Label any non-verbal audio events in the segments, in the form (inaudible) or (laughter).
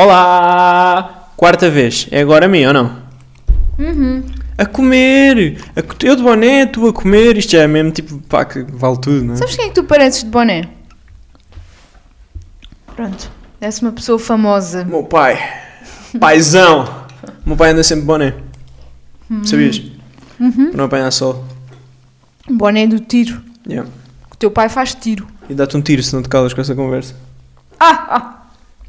Olá! Quarta vez. É agora a mim ou não? Uhum. A comer! A co- eu de boné, tu a comer. Isto já é mesmo tipo, pá, que vale tudo, não é? Sabes quem é que tu pareces de boné? Pronto. És uma pessoa famosa. Meu pai. Paizão! O meu pai anda sempre de boné. Hum. Sabias? Uhum. Para não apanhar sol. Um boné do tiro. Yeah. O teu pai faz tiro. E dá-te um tiro se não te calas com essa conversa. Ah, ah.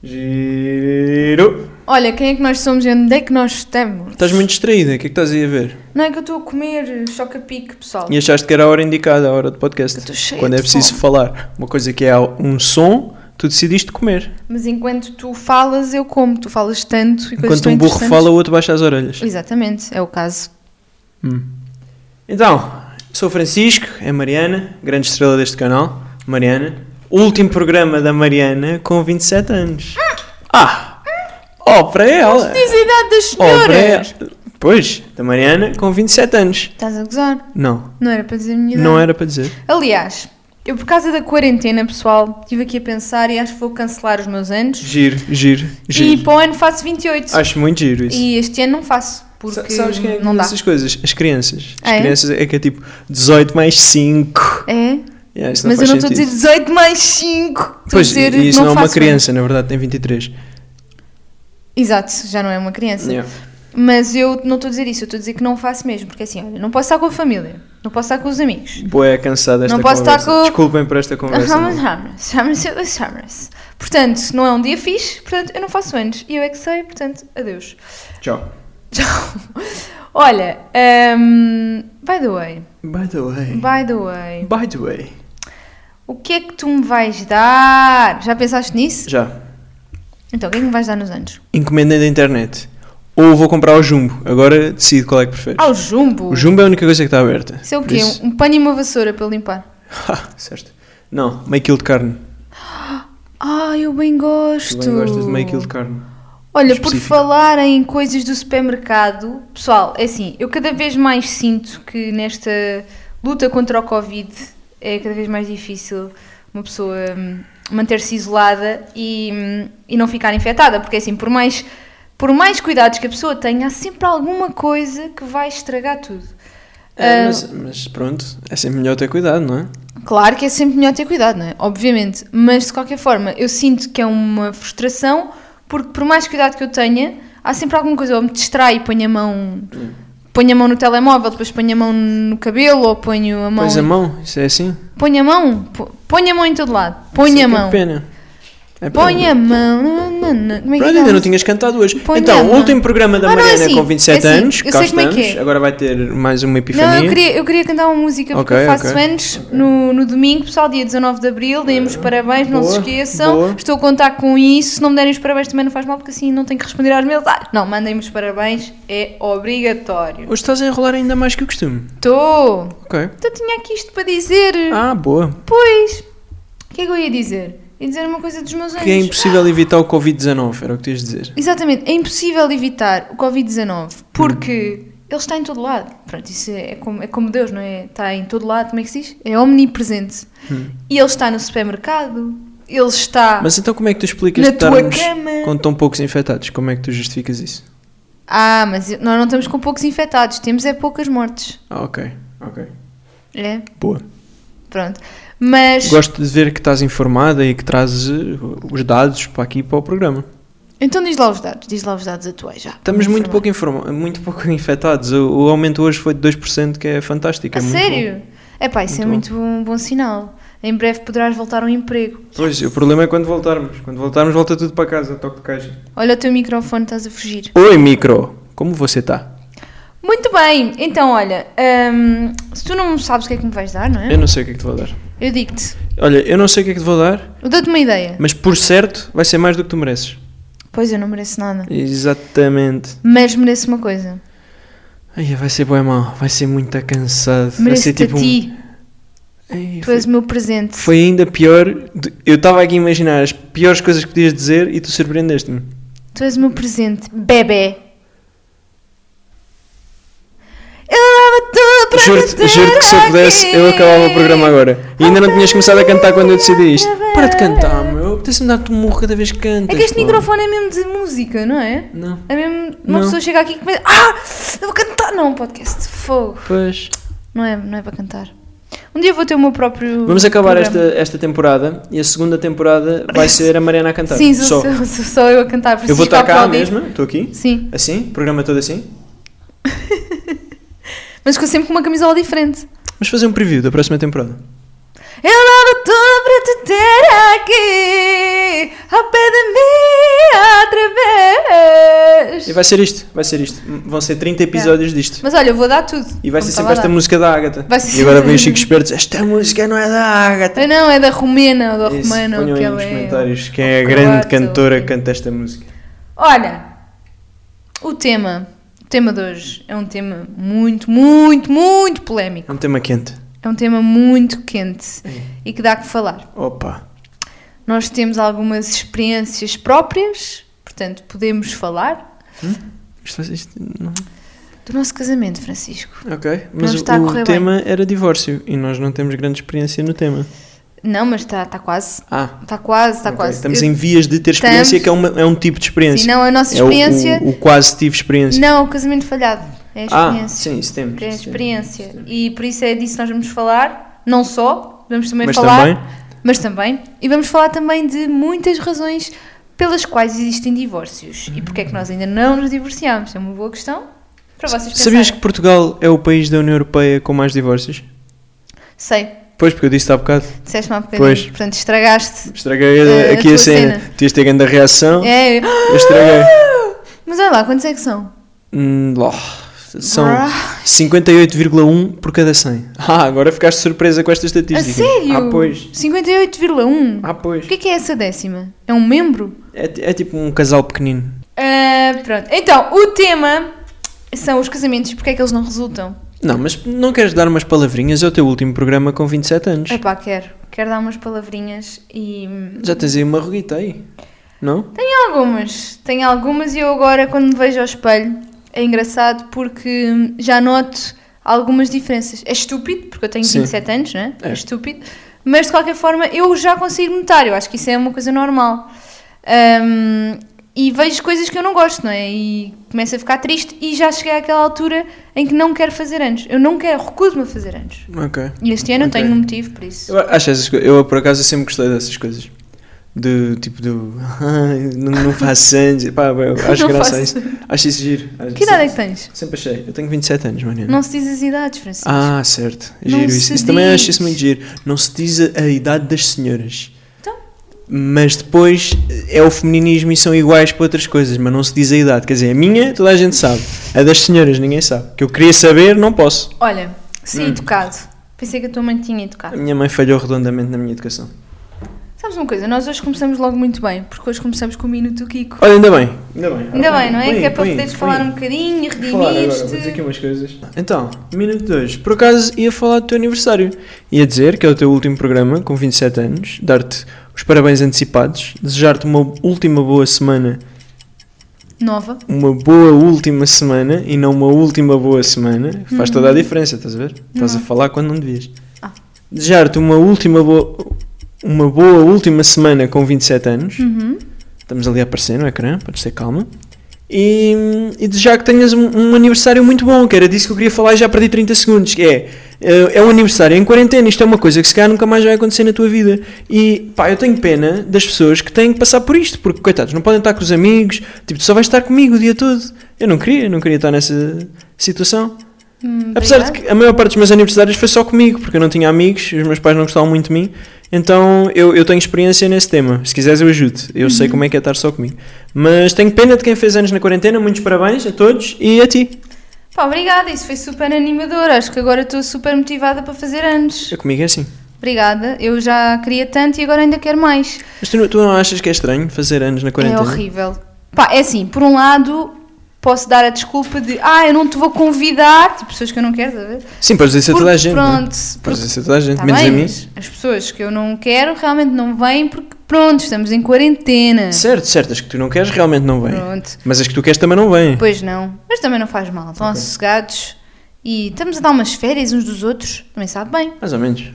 Giro! Olha, quem é que nós somos e onde é que nós estamos? Estás muito distraída, o que é que estás aí a ver? Não é que eu estou a comer choca-pique, pessoal. E achaste que era a hora indicada, a hora do Eu podcast. estou cheia Quando é de preciso fome. falar uma coisa que é um som, tu decidiste comer. Mas enquanto tu falas, eu como. Tu falas tanto e coisas Enquanto tão um burro interessantes. fala, o outro baixa as orelhas. Exatamente, é o caso. Então, sou Francisco, é Mariana, grande estrela deste canal. Mariana. Último programa da Mariana com 27 anos. Ah! Oh, para ela! Diz a idade das Oh, para ela! senhoras! Pois, da Mariana com 27 anos. Estás a gozar? Não, Não era para dizer a minha idade. não era para dizer. Aliás, eu por causa da quarentena, pessoal, estive aqui a pensar e acho que vou cancelar os meus anos. Giro, giro, E giro. para o ano faço 28. Acho muito giro isso. E este ano não faço, Sa- porque Sabes quem é que não diz dá. essas coisas? As crianças. As Ah, é? crianças é que é tipo 18 mais 5. É? Yeah, isso não Mas eu faz não estou a sentido. dizer 18 mais 5. Estou a Pois, dizer e isso não, é uma faço bem. criança, na verdade tem 23. Exato, já não é uma criança. Yeah. Mas eu não estou a dizer isso, eu estou a dizer que não faço mesmo, porque assim, olha, não posso estar com a família, não posso estar com os amigos. Boa, é cansada esta Não posso conversa. estar com- Desculpem por esta conversa. não. Summers, summers, summers, summers. Portanto, se não é um dia fixe, portanto, eu não faço anos. E eu é que sei, portanto, adeus. (laughs) Tchau. Tchau. Olha, hum, by the way, By the way. by the way, By the way. o que é que tu me vais dar? Já pensaste nisso? Já. Então, o que é que me vais dar nos anos? Encomenda da internet. Ou vou comprar o Jumbo. Agora decido qual é que preferes. Ah, o jumbo! O Jumbo é a única coisa que está aberta. Isso é o Por quê? isso- (laughs) Um pano e uma vassoura para eu limpar. Ah, certo. Não, meio quilo de carne. Ah, eu bem Tu gosto! bem gostas de meio quilo de carne. Olha, por específico. falar em coisas do supermercado, pessoal, é assim, eu cada vez mais sinto que nesta luta contra o Covid é cada vez mais difícil uma pessoa hum, manter-se isolada e, hum, e não ficar infectada, porque assim, por mais, por mais cuidados que a pessoa tenha, há sempre alguma coisa que vai estragar tudo. É, Ah, mas, mas pronto, é sempre melhor ter cuidado, não é? Claro que é sempre melhor ter cuidado, não é? Obviamente. Mas de qualquer forma, eu sinto que é uma frustração, porque por mais cuidado que eu tenha, há sempre alguma coisa, ou me distrai e ponho a mão. Ponho a mão no telemóvel, depois ponho a mão no cabelo, ou ponho a mão. Pois a mão, isso é assim. Ponho a mão? po- Ponho a mão em todo lado. Ponho Isso é a que É mão. pena. É Ponho pena. a mão. Não, não, não. Como é que Pronto, é ainda não aquela tinhas cantado hoje. Ponha a então, o mão. último programa da Ah, não, é Mariana assim, com 27 é assim, anos. eu cá sei como é que estamos. é. Agora vai ter mais uma Não, epifania. eu queria, eu queria cantar uma música porque Ok, eu faço ok. anos no, no domingo, pessoal, dia 19 de Abril, deem-me os parabéns, não se Boa, esqueçam. boa. Estou a contar com isso. Se não me derem os parabéns também não faz mal, porque assim não tenho que responder aos meus. Ah, não, mandem-me os parabéns, é obrigatório. Hoje estás a enrolar ainda mais que o costume. Estou! Ok. Então tinha aqui isto para dizer. Ah, boa. Pois, o que é que eu ia dizer? Ia dizer uma coisa dos meus anos. Que é impossível evitar o Covid-19, era o que tu ias dizer. Exatamente, é impossível evitar o Covid-19 porque ele está em todo lado. Pronto, isso é como, é como Deus, não é? Está em todo lado, como é que se diz? É omnipresente. E ele está no supermercado, ele está. Hum. Mas então como é que tu explicas Ah. Na tua estarmos cama. com tão poucos infectados? Como é que tu justificas isso? Ah, mas eu- nós não estamos com poucos infectados, temos é poucas mortes. Ah, ok. Ok. É? Boa. Pronto. Mas. Gosto de ver que estás informada e que trazes eh, os dados para aqui para o programa. Então diz lá os dados, diz lá os dados atuais já. Estamos Vou muito informar. pouco, informa muito pouco (laughs) infectados. O, o aumento hoje foi de 2%, que é fantástico. A é muito bom. sério? É pá, isso Muito é muito bom, bom sinal. Em breve poderás voltar ao emprego. Pois, o problema é quando voltarmos. Quando voltarmos, volta tudo para casa, toque de caixa. Olha o teu microfone, estás a fugir. Oi, micro. Como você tá? está? Muito bem, então olha, hum, se tu não sabes o que é que me vais dar, não é? Eu não sei o que é que te vou dar. Eu digo-te, Olha, eu não sei o que é que te vou dar, eu dou-te uma ideia. mas por certo vai ser mais do que tu mereces. Pois eu não mereço nada, Exatamente. mas mereço uma coisa. Ai, vai ser bué mal, vai ser muito cansado. vai ser Mereço-te tipo a um- ti, Ai, tu és o meu presente. Foi ainda pior. de- Eu estava aqui a imaginar as piores coisas que podias dizer e tu surpreendeste-me. Tu és o meu presente, bebê. Eu dava tudo outra Juro-te juro que se eu pudesse, eu acabava o programa agora. E ainda não tinhas começado a cantar quando eu decidi isto. Para de cantar, meu. Apetece-me dar-te um murro cada vez que cantas. É que este pá. microfone é mesmo de música, não é? Não, É mesmo. Uma Não. pessoa chega aqui e começa. Ah! Eu vou cantar! Não, um podcast. Fogo. pois. Não é, não é para cantar. Um dia vou ter o meu próprio. Vamos acabar programa. esta, esta temporada e a segunda temporada vai ser a Mariana a cantar. Sim, só. sou, sou, sou- sou eu a cantar. Eu vou Francisco estar cá Capaldi. mesmo, estou aqui. Sim, Assim, programa todo assim. mas com sempre com uma camisola diferente. Vamos fazer um preview da próxima temporada. Eu dava tudo para te ter aqui, ao pé de mim, outra vez. E vai ser isto, vai ser isto. Vão ser É. 30 episódios disto. Mas olha, eu vou dar tudo. E vai ser sempre Como estava esta a dar. música da Ágata. Vai ser E agora vem o Chico sempre- Espertos. Esta música não é da Ágata. Ah, não, é da Romena ou da Isso, Romana, ou ponham que aí ela nos é. comentários quem é a Ou grande croata, cantora ou- que canta esta música. Olha, o tema, o tema de hoje é um tema muito, muito, muito polémico. É um tema quente. É um tema muito quente e que dá que falar. Opa. Nós temos algumas experiências próprias, portanto, podemos falar Isto, isto, não. do nosso casamento, Francisco. Ok, mas está a o correr tema era divórcio e nós não temos grande experiência no tema. Não, mas está tá quase. Ah, Está quase, está ok, quase. estamos Eu- em vias de ter experiência, Estamos. que é, uma- é um tipo de experiência. Sim, não, a nossa É o- experiência. o, o, quase tive experiência. Não, o casamento falhado. É a ah, experiência. sim, isso temos. que é a isso temos, experiência. isso temos. E por isso é disso que nós vamos falar, não só, vamos também Mas falar, também? mas também, e vamos falar também de muitas razões pelas quais existem divórcios e porque é que nós ainda não nos divorciámos. É uma boa questão para vocês pensarem. Sabias que Portugal é o país da União Europeia com mais divórcios? Sei, Pois, porque eu disse há bocado. disseste-me há bocadinho, Pois. portanto estragaste. Estraguei Eh, a aqui tua a cena. cena. Tinhas ter grande reação. É. Eu estraguei. Mas olha lá, quantos é que são? Hum, lá. São Brá. 58,1 por cada 100. Ah, agora ficaste surpresa com esta A estatística. sério? Ah, pois. 58,1. Ah, pois. O que é que é essa décima? É um membro? É, ti- é tipo um casal pequenino. Ah, pronto, então o tema são os casamentos, porque é que eles não resultam? Não, mas não queres dar umas palavrinhas ao teu último programa com 27 anos? Epá, quero. Quero dar umas palavrinhas e. Já tens aí uma ruguita aí, não? Tenho algumas. Tenho algumas e eu agora, quando me vejo ao espelho, é engraçado porque hum, já noto algumas diferenças. É estúpido, porque eu tenho Sim. 27 anos, né? É. É. estúpido. Mas de qualquer forma, eu já consigo notar. Eu acho que isso é uma coisa normal. Hum, e vejo coisas que eu não gosto, não é? E começo a ficar triste e já cheguei àquela altura em que não quero fazer anos. Eu não quero, recuso-me a fazer anos. Ok. E este ano Ok. eu tenho um motivo por isso. Eu acho essas coisas. Eu por acaso sempre gostei dessas coisas. Do tipo do. (laughs) "Ai, não, não faço anos. Pá, eu acho Não graça faço a isso. Acho isso giro. Acho- Que idade é que tens? Sempre achei. Eu tenho 27 anos, Mariana. Não se diz as idades, Francisco. Ah, certo. É Não Giro se isso. Isso também diz. acho isso muito giro. Não se diz a, a idade das senhoras. Então? Mas depois é o feminismo e são iguais para outras coisas, mas não se diz a idade. Quer dizer, a minha toda a gente sabe. A das senhoras ninguém sabe. Que eu queria saber, não posso. Olha, sim, Hum. educado. Pensei que a tua mãe tinha A educado. minha mãe falhou redondamente na minha educação. Sabes uma coisa? Nós hoje começamos logo muito bem, porque hoje começamos com o Minuto Kiko. Olha, ainda bem. Ainda bem. Ainda bem, não é? Põe aí, que é para põe aí, poderes põe falar aí. um bocadinho, Vou falar agora, vou dizer aqui redimir-te. umas coisas. Então, minuto 2. Por acaso ia falar do teu aniversário. Ia dizer que é o teu último programa com 27 anos, dar-te os parabéns antecipados, desejar-te uma última boa semana, Nova. uma boa última semana e não uma última boa semana. Faz toda a diferença, estás a ver? Estás a falar quando não devias. Ah. Desejar-te uma última boa uma boa última semana com 27 anos. Uhum. Estamos ali a aparecer no ecrã, podes ter calma. E, e desejar que tenhas um, um aniversário muito bom, que era disso que eu queria falar e já perdi 30 segundos, que é, eh, é um aniversário em quarentena, isto é uma coisa que se calhar nunca mais vai acontecer na tua vida. E pá, eu tenho pena das pessoas que têm que passar por isto, porque coitados, não podem estar com os amigos, tipo, tu só vais estar comigo o dia todo. Eu não queria, não queria estar nessa situação. Hum, Apesar de obrigada. que a maior parte dos meus aniversários foi só comigo, porque eu não tinha amigos, os meus pais não gostavam muito de mim, então eu, eu tenho experiência nesse tema. Se quiseres, eu ajudo. Eu sei Uhum. como é que é estar só comigo. Mas tenho pena de quem fez anos na quarentena, muitos parabéns a todos e a ti. Pá, obrigada, isso foi super animador. Acho que agora estou super motivada para fazer anos. Eu comigo é assim. Obrigada, eu já queria tanto e agora ainda quero mais. Mas tu, não- tu não achas que é estranho fazer anos na quarentena? É horrível. Pá, é assim, por um lado, posso dar a desculpa de ah, eu não te vou convidar, tipo pessoas que eu não quero, estás a ver? Sim, podes dizer a toda a Porque, gente. não é? Pronto, Podes porque- dizer a toda a gente, tá menos bem, a mim. mas As pessoas que eu não quero realmente não vêm porque, pronto, estamos em quarentena. Certo, certo, as que tu não queres realmente não vêm. é. Pronto. Mas as que tu queres também não vêm. Pois não. Mas também não faz mal. Estão sossegados e E estamos a dar umas férias uns dos outros, também sabe bem. Mais ou menos.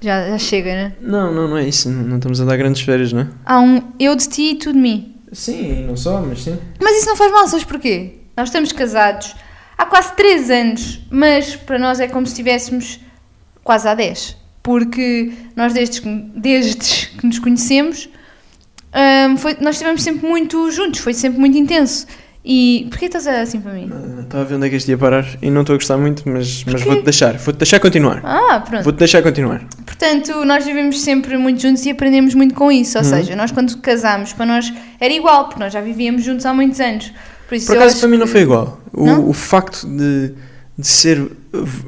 Já, já chega, né? Não, não, não é isso. Não, não estamos a dar grandes férias, não é? Há um eu de ti e tu de mim. Sim, não só, mas sim. Mas isso não faz mal, sabes porquê? Nós estamos casados há quase 3 anos, mas para nós é como se estivéssemos quase há 10. Porque nós, desde, que- desde que nos conhecemos, hum, foi- nós estivemos sempre muito juntos, foi sempre muito intenso. E porquê estás a olhar assim para mim? Ah, Estava a ver onde é que este ia parar e não estou a gostar muito, mas, mas Porquê? vou-te deixar. Vou-te deixar continuar. Ah, pronto. Vou-te deixar continuar. Portanto, nós vivemos sempre muito juntos e aprendemos muito com isso. Uhum. Ou seja, nós quando casámos, para nós era igual, porque nós já vivíamos juntos há muitos anos. Por, isso Por eu acaso acho para mim não que- foi igual. O, Não? o facto de, de ser uh,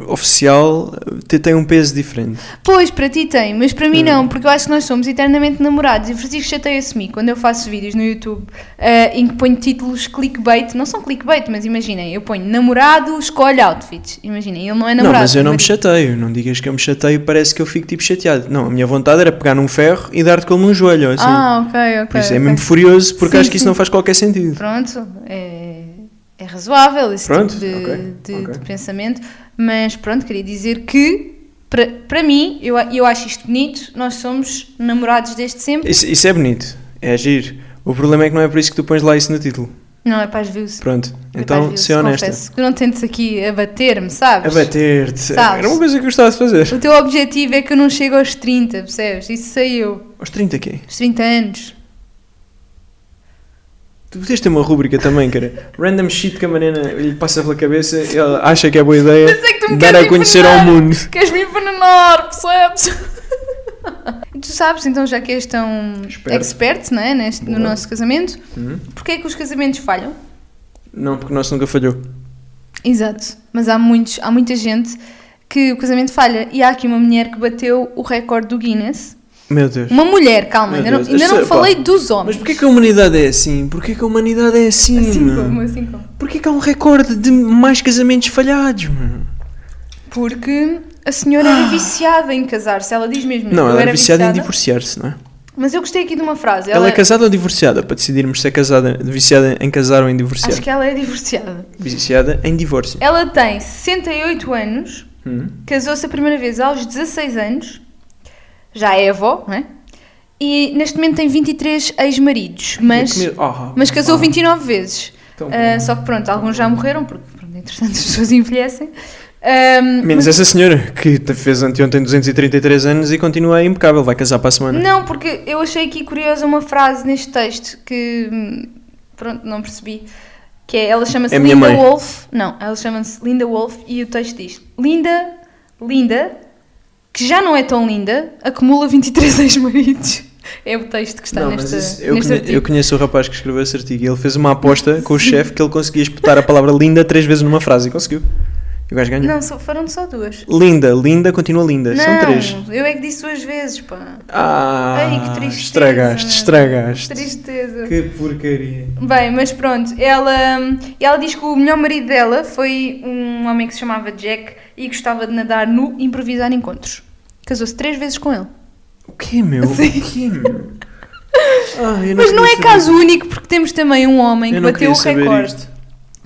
oficial uh, te- tem um peso diferente. Pois, para ti tem, mas para mim Hum. não, porque eu acho que nós somos eternamente namorados. E o Francisco chateia-se comigo quando eu faço vídeos no YouTube eh, em que ponho títulos clickbait. Não são clickbait, mas imaginem, eu ponho namorado, escolhe outfits. Imaginem, ele não é Não, namorado. mas eu não me mas- chateio. Não digas que eu me chateio, parece que eu fico tipo chateado. Não, a minha vontade era pegar num ferro e dar-te com ele num joelho. ou Assim. Ah, ok, ok. Por isso é ok. mesmo furioso porque Sim, acho que isso sim. não faz qualquer sentido. Pronto, é, é razoável esse Pronto, tipo de, ok, de- ok. de pensamento, mas pronto, queria dizer que, para, para mim, eu, a- eu acho isto bonito, nós somos namorados desde sempre. Isso, isso é bonito, é agir. O problema é que não é por isso que tu pões lá isso no título. Não, é para as views. Pronto, é para as então views, se honesta. Confesso que não tentes aqui a bater-me, sabes? A bater-te. Sabes? Era uma coisa que eu gostava de fazer. O teu objetivo é que eu não chegue aos 30, percebes? Isso sei eu, Aos 30 quê? aos (laughs) 30 anos. Tu podias ter uma rúbrica também, cara. Random shit que a Mariana lhe passa pela cabeça, ela acha que é boa ideia Mas é que tu me dar queres a conhecer ao envenenar. mundo. Queres me envenenar, percebes? E tu sabes, então, já que és tão Esperto. expert não é, neste, no Boa. nosso casamento, Hum? Porquê é que os casamentos falham? Não, porque o nosso nunca falhou. Exato, mas há, muitos, há muita gente que o casamento falha. E há aqui uma mulher que bateu o recorde do Guinness. Meu Deus. Uma mulher, Meu calma, ainda, não- Deus, ainda esta- não pá, falei dos homens. Mas porquê que a humanidade é assim? Porquê que a humanidade é assim? Assim meu? como, assim como. Porquê que há um recorde de mais casamentos falhados? meu? Porque a senhora era viciada em casar-se, ela diz mesmo. Ah. Não, Hum, eu ela era viciada em divorciar-se, não é? Mas eu gostei aqui de uma frase. Ela é casada ou divorciada? Para decidirmos se é casada, viciada em casar ou em divorciar. Acho que ela é divorciada. Viciada em divórcio. Ela tem 68 anos, Hum? Casou-se a primeira vez aos 16 anos, já é avó, não é? E neste momento tem 23 ex-maridos, mas, Ia comer- Ah, mas casou ah, 29 vezes. tão bom. Ah, só que pronto, alguns já morreram, porque pronto, entretanto as pessoas envelhecem. Ah, Ahm, Menos essa senhora que te fez anteontem 233 anos e continua impecável, vai casar para a semana. Não, porque eu achei aqui curiosa uma frase neste texto que hum, pronto, não percebi. Que é, ela chama-se É a minha Linda mãe. Wolf. Não, ela chama-se Linda Wolf e o texto diz: Linda, linda, que já não é tão linda, acumula 23 ex-maridos. É o texto que está Não, mas nesta, isso- eu, neste conhe- artigo. eu conheço o rapaz que escreveu esse artigo e ele (laughs) fez uma aposta com o chefe que ele conseguia espetar a palavra linda três vezes numa frase e conseguiu. E o gajo ganhou. Não, só- foram só duas. Linda, linda, continua linda. São três. Não, eu é que disse duas vezes, pá. Ah, Ai, que tristeza. estragaste, estragaste. Tristeza. Que porcaria. Bem, mas pronto, ela, ela diz que o melhor marido dela foi um homem que se chamava Jack e gostava de nadar nu e improvisar encontros. Casou-se três vezes com ele. O quê, meu? Sim. O quê, meu? (laughs) Ah, eu Mas não queria é saber. caso único, porque temos também um homem que Eu não bateu o queria saber recorde isto.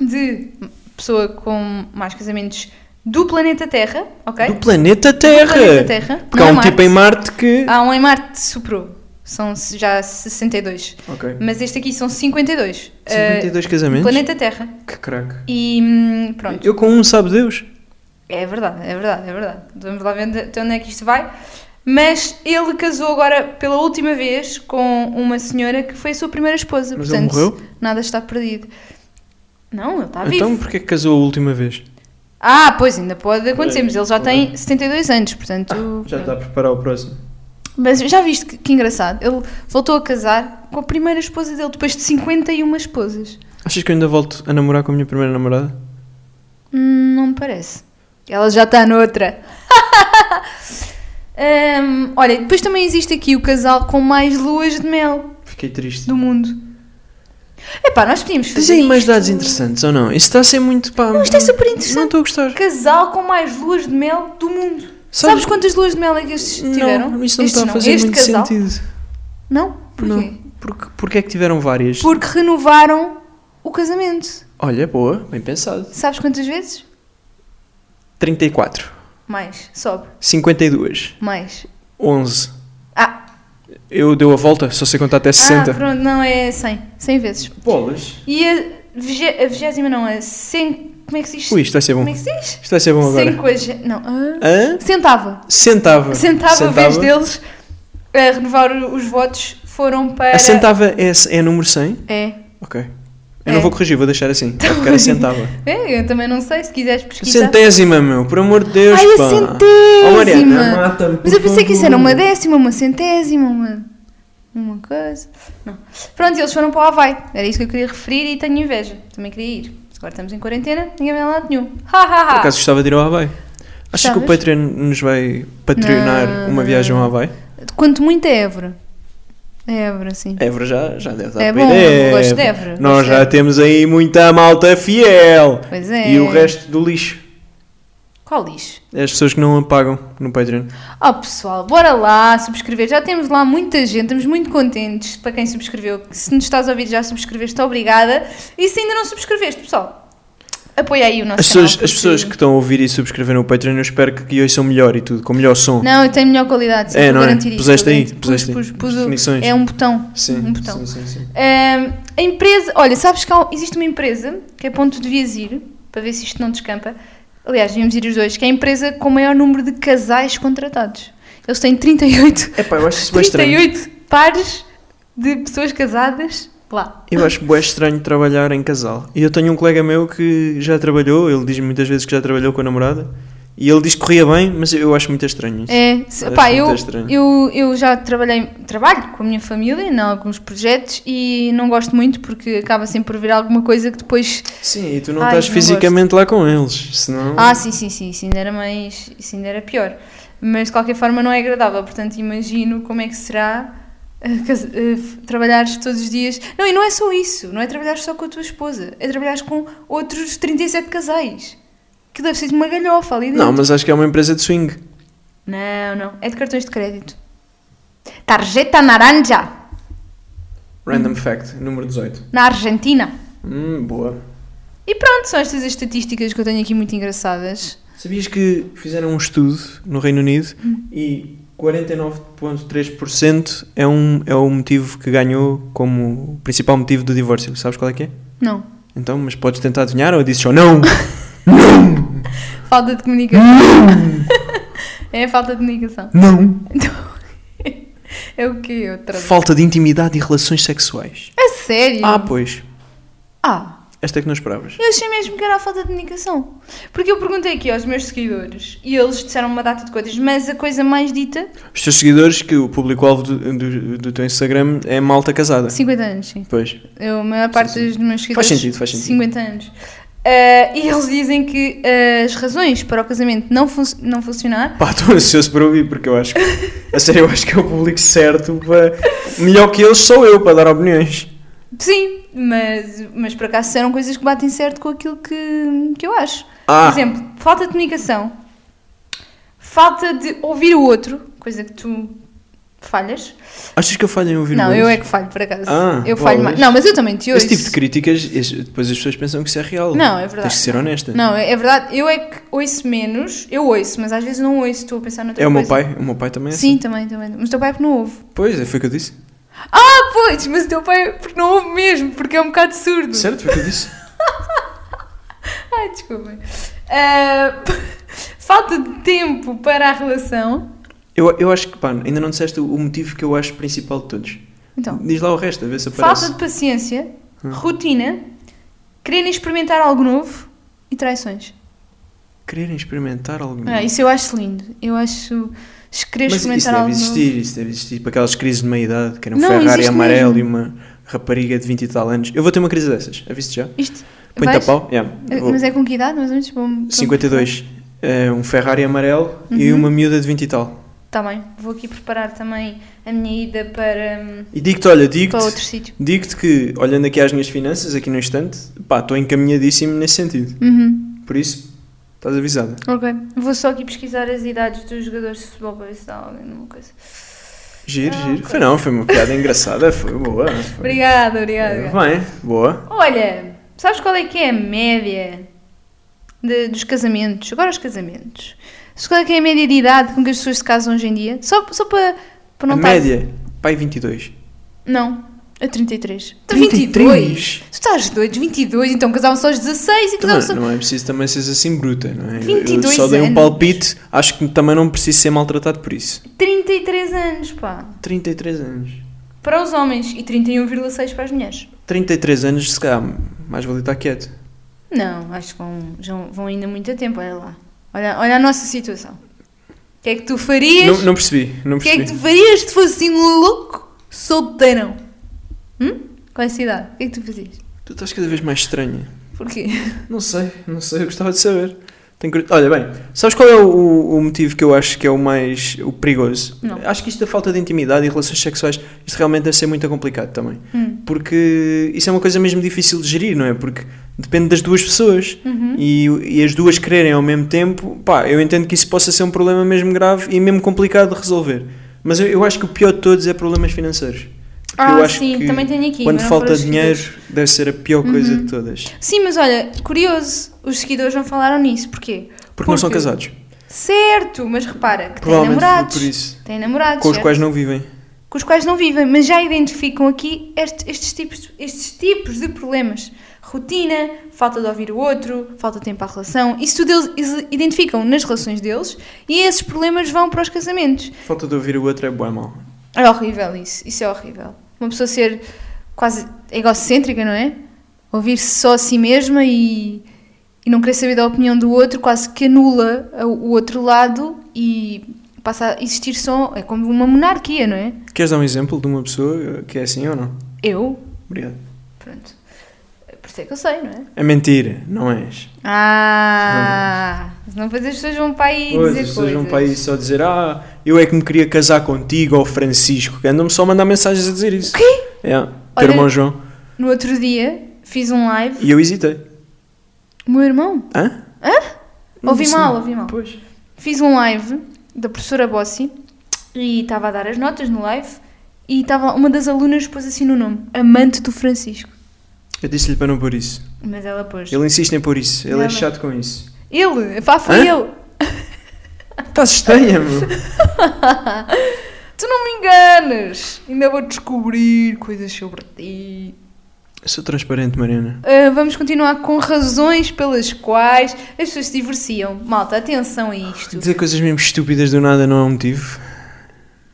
de pessoa com mais casamentos do planeta Terra, ok? Do planeta Terra. planeta Terra. Porque Não há é um Marte. tipo em Marte que. Há um em Marte que superou, são já 62. Ok. Mas este aqui são 52. Ah, 52 casamentos. planeta Terra. Que craque. E hum, pronto. Eu com um sabe Deus. É verdade, é verdade, é verdade. Vamos lá ver onde- até onde é que isto vai. Mas ele casou agora pela última vez com uma senhora que foi a sua primeira esposa. Mas ele portanto, morreu? nada está perdido. Não, ele está vivo. Então porquê que casou a última vez? Ah, pois ainda pode acontecer, mas ele já Claro. tem 72 anos, portanto. Ah, Já está a preparar o próximo. Mas já viste que, que engraçado? Ele voltou a casar com a primeira esposa dele, depois de 51 esposas. Achas que eu ainda volto a namorar com a minha primeira namorada? Hum, não me parece. Ela já tá está noutra. (laughs) Hum, olha, depois também existe aqui o casal com mais luas de mel Fiquei triste. do mundo. Epá, nós podíamos fazer. Tens aí mais isto. dados interessantes ou não? Isso está a ser muito pá. Não, isto é super Não interessante. estou a gostar. Casal com mais luas de mel do mundo. Sabes, Sabes- quantas luas de mel é que estes tiveram? Não, isso não Estes está a fazer este muito casal? sentido. Não? Porquê? Não. Porque, porque é que tiveram várias? Porque renovaram o casamento. Olha, boa, bem pensado. Sabes quantas vezes? 34, Mais. Sobe. 52, Mais. 11. Ah. Eu deu a volta, só sei contar até 60. Ah, pronto. Não, é 100. 100 vezes. Bolas. E a, vige- a vigésima não, a 100... Como é que se diz? Ui, isto vai ser bom. Como é que se diz? Isto vai ser bom agora. Cinquagen... Não. ah. Hã? Centava. Sentava. Centava, a vez deles a renovar o- os votos. Foram para... A centava é, é número 100? É. Ok. Eu É. Tá não vou corrigir, vou deixar assim. Vai ficar a (laughs) centava. É, eu também não sei, se quiseres pesquisar. Centésima, meu, por amor de Deus, Ai, a pá. centésima! Oh, Mariana, mata-me, por Mas eu pensei que isso era favor. uma décima, uma centésima, uma, uma coisa. Não. Pronto, eles foram para o Havaí. Era isso que eu queria referir e tenho inveja. Também queria ir. Agora estamos em quarentena, ninguém vai a lado nenhum. Ha ha ha! Por acaso gostava de ir ao Havaí. Achas que o Gostavas? Patreon nos vai patrocinar Não. uma viagem ao Havaí? Quanto muito é Évora. É Évora, sim. Évora já, já deve dar É para bom, ir. eu gosto de Évora, Nós gosto de já Évora. temos aí muita malta fiel. Pois é. E o resto do lixo. Qual lixo? É As pessoas que não apagam no Patreon. Oh pessoal, bora lá subscrever. Já temos lá muita gente, estamos muito contentes para quem subscreveu. Se nos estás a ouvir já subscreveste, obrigada. E se ainda não subscreveste, pessoal, apoia aí o nosso As pessoas, canal, as pessoas que porque- estão a ouvir e subscrever no Patreon, eu espero que, que ouçam melhor e tudo, com melhor som. Não, eu tenho melhor qualidade, sim, É, vou não é? garantir isto, Puseste vou aí, garantir. puseste aí. pus, pus, o- Definições. É um botão. Sim, um botão. sim, sim, sim. Ahm, a empresa, olha, sabes que há um- existe uma empresa que é ponto de devias ir, para ver se isto não descampa. Aliás, devíamos ir os dois, que é a empresa com o maior número de casais contratados. Eles têm 38 Epá, eu acho isso bem É estranho. 38 pares de pessoas casadas lá. Eu acho bem estranho trabalhar em casal. E eu tenho um colega meu que já trabalhou, ele diz muitas vezes que já trabalhou com a namorada, e ele diz que corria bem, mas eu acho muito estranho isso. É, se- Acho pá, muito eu, estranho. eu, eu já trabalhei, trabalho com a minha família em alguns projetos e não gosto muito porque acaba sempre por vir alguma coisa que depois. Sim, e tu não Ai, estás não fisicamente lá com eles, senão... Ah, sim, sim, sim, isso ainda era mais. Isso ainda era pior. Mas de qualquer forma não é agradável, portanto imagino como é que será. eh, cas- eh, f- Trabalhares todos os dias. Não, e não é só isso. Não é trabalhar só com a tua esposa. É trabalhar com outros 37 casais. Que deve ser de uma galhofa ali dentro. Não, mas acho que é uma empresa de swing. Não, não. É de cartões de crédito. Tarjeta naranja, Random fact, número 18. na Argentina. Hum, boa. E pronto, são estas as estatísticas que eu tenho aqui muito engraçadas. Sabias que fizeram um estudo no Reino Unido Hum. e 49,3% é, um, é o motivo que ganhou como o principal motivo do divórcio. Sabes qual é que é? Não. Então, mas podes tentar adivinhar ou dizes só não? Falta de comunicação. Hum. (laughs) é a falta de comunicação. (laughs) Não! É o que outra vez. Falta de intimidade e relações sexuais. A É sério? Ah, pois. Ah, Esta é que não esperavas. eu achei mesmo que era a falta de comunicação. Porque eu perguntei aqui aos meus seguidores e eles disseram uma data de coisas, mas a coisa mais dita. Os teus seguidores, que o público-alvo do, do, do teu Instagram é malta casada. 50 anos, sim. Pois. Eu, a maior parte sim. dos meus Faz seguidores. sentido, faz sentido. 50 anos. Ah, e eles dizem que ah, as razões para o casamento não, fun- não funcionar. Pá, estou ansioso para ouvir, porque eu acho que. A sério, eu acho que é o público certo para. Melhor que eles sou eu para dar opiniões. Sim, mas, mas por acaso disseram coisas que batem certo com aquilo que, que eu acho. Ah. Por exemplo, falta de comunicação, falta de ouvir o outro, coisa que tu falhas. Achas que eu falho em ouvir não, mais? eu é que falho, por acaso. Ah, eu falho bolas. mais. Não, mas eu também te ouço. Esse tipo de críticas, esse- depois as pessoas pensam que isso é real. Não, é verdade. Tens de ser honesta. Não, é, é verdade, eu é que ouço menos, eu ouço, mas às vezes não ouço, estou a pensar noutra É o meu coisa. pai, o meu pai também é Sim, assim. também, também. Mas o teu pai é porque não ouve. Pois, é, foi o que eu disse. Ah, pois, mas o teu pai é porque não ouve mesmo, porque é um bocado surdo. Certo, foi o que eu disse. Ai, desculpem. Ah, (laughs) falta de tempo para a relação. Eu, eu acho que, pá, ainda não disseste o o motivo que eu acho principal de todos. Então, Diz lá o resto, a ver se aparece. falta de paciência, Hum. rotina, quererem experimentar algo novo e traições. Quererem experimentar algo novo. Ah, isso eu acho lindo. Eu acho se querer Hum. Mas isso experimentar deve algo novo. existir, isso deve existir para aquelas crises de meia idade, que era um Não, Ferrari existe amarelo mesmo. e uma rapariga de 20 e tal anos. Eu vou ter uma crise dessas, aviste já? Isto, Põe-te a vais? pau? Yeah, Eh, vou. Mas é com que idade? Mas antes vou 52. É, um Ferrari amarelo e Uhum. uma miúda de 20 e tal. Está Tá bem, vou aqui preparar também a minha ida para, hum, E digo-te, olha, digo-te. para outro sítio. Digo-te que, olhando aqui às minhas finanças, aqui no instante, pá, estou encaminhadíssimo nesse sentido. Uhum. Por isso, estás avisada. Ok. Vou só aqui pesquisar as idades dos jogadores de futebol para ver se dá alguma coisa. Giro, Ah, giro. ok. Foi não, foi uma piada engraçada, foi boa. Foi. Obrigada, obrigada. É, Bem, boa. Olha, sabes qual é que é a média? de- dos casamentos, agora os casamentos. Se calhar que é a média de idade com que as pessoas se casam hoje em dia, só, só para, para não a estar- média, pai 22. Não, a 33. 33? 22? Tu estás doido, 22, então casavam só aos 16 e casavam Também, só... não é preciso também seres assim bruta, não é? Eu- eu 22 só dei um anos. palpite, acho que também não preciso ser maltratado por isso. 33 anos, pá. 33 anos. Para os homens e 31,6 para as mulheres. 33 anos, se calhar, mais vale estar quieto. Não, acho que vão, já vão ainda muito a tempo, olha lá. Olha, olha a nossa situação. O que é que tu farias? Não, não percebi, não O que é percebi. que tu farias se fosse assim um louco solteirão? Hum? Com essa idade, o que é que tu fazias? Tu estás cada vez mais estranha. Porquê? Não sei, não sei, eu gostava de saber. Tenho curi- Olha bem, sabes qual é o- o, o motivo que eu acho que é o mais o perigoso? Não. Acho que isto da falta de intimidade e relações sexuais, isto realmente deve ser muito complicado também. Hum. Porque isso é uma coisa mesmo difícil de gerir, não é? Porque depende das duas pessoas Uhum. e, e as duas quererem ao mesmo tempo. Pá, eu entendo que isso possa ser um problema mesmo grave e mesmo complicado de resolver. Mas eu, eu acho que o pior de todos é problemas financeiros. Porque Ah, eu acho sim, que também tenho aqui. Quando mas não Uhum. falta foram os dinheiro, seguidores. deve ser a pior coisa de todas. Sim, mas olha, curioso, os seguidores não falaram nisso. Porquê? Porque, não são casados. Certo, mas repara que têm Provavelmente namorados. foi por isso. Têm namorados. Com os certo? quais não vivem. com os quais não vivem, mas já identificam aqui este- estes, tipos, estes tipos de problemas. Rotina, falta de ouvir o outro, falta de tempo à relação. Isso tudo eles is- identificam nas relações deles e esses problemas vão para os casamentos. Falta de ouvir o outro é boa mal. É horrível isso, isso é horrível. Uma pessoa ser quase egocêntrica, não é? Ouvir-se só a si mesma e, e não querer saber da opinião do outro, quase que anula a- o outro lado e passa a existir só. É como uma monarquia, não é? Queres dar um exemplo de uma pessoa que é assim ou não? Eu, Obrigado. Pronto. Por isso é que eu sei, não é? É mentira, não és. Ah! Senão depois as pessoas vão para aí Pois, dizer as pessoas vão coisas. para aí só dizer Ah, eu é que me queria casar contigo ou Francisco. que Andam-me só a mandar mensagens a dizer isso. O quê? É, teu Olha- irmão João. No outro dia fiz um live. E eu hesitei. O meu irmão? Hã? Hã? Não Ouvi disse mal, nada. ouvi mal. Pois. Fiz um live da professora Bossi e estava a dar as notas no live e estava uma das alunas pôs assim no nome: Amante do Francisco. Eu disse-lhe para não pôr isso. Mas ela pôs. Ele? Ele insiste em pôr isso. Ele é Ela. chato com isso. pá, foi Hã? ele! Estás estranha, meu. Tu não me enganas! Ainda vou descobrir coisas sobre ti. (laughs) Eu sou transparente, Mariana. Uh, vamos continuar com razões pelas quais as pessoas se divorciam. Malta, atenção a isto. Dizer coisas mesmo estúpidas do nada não é um motivo.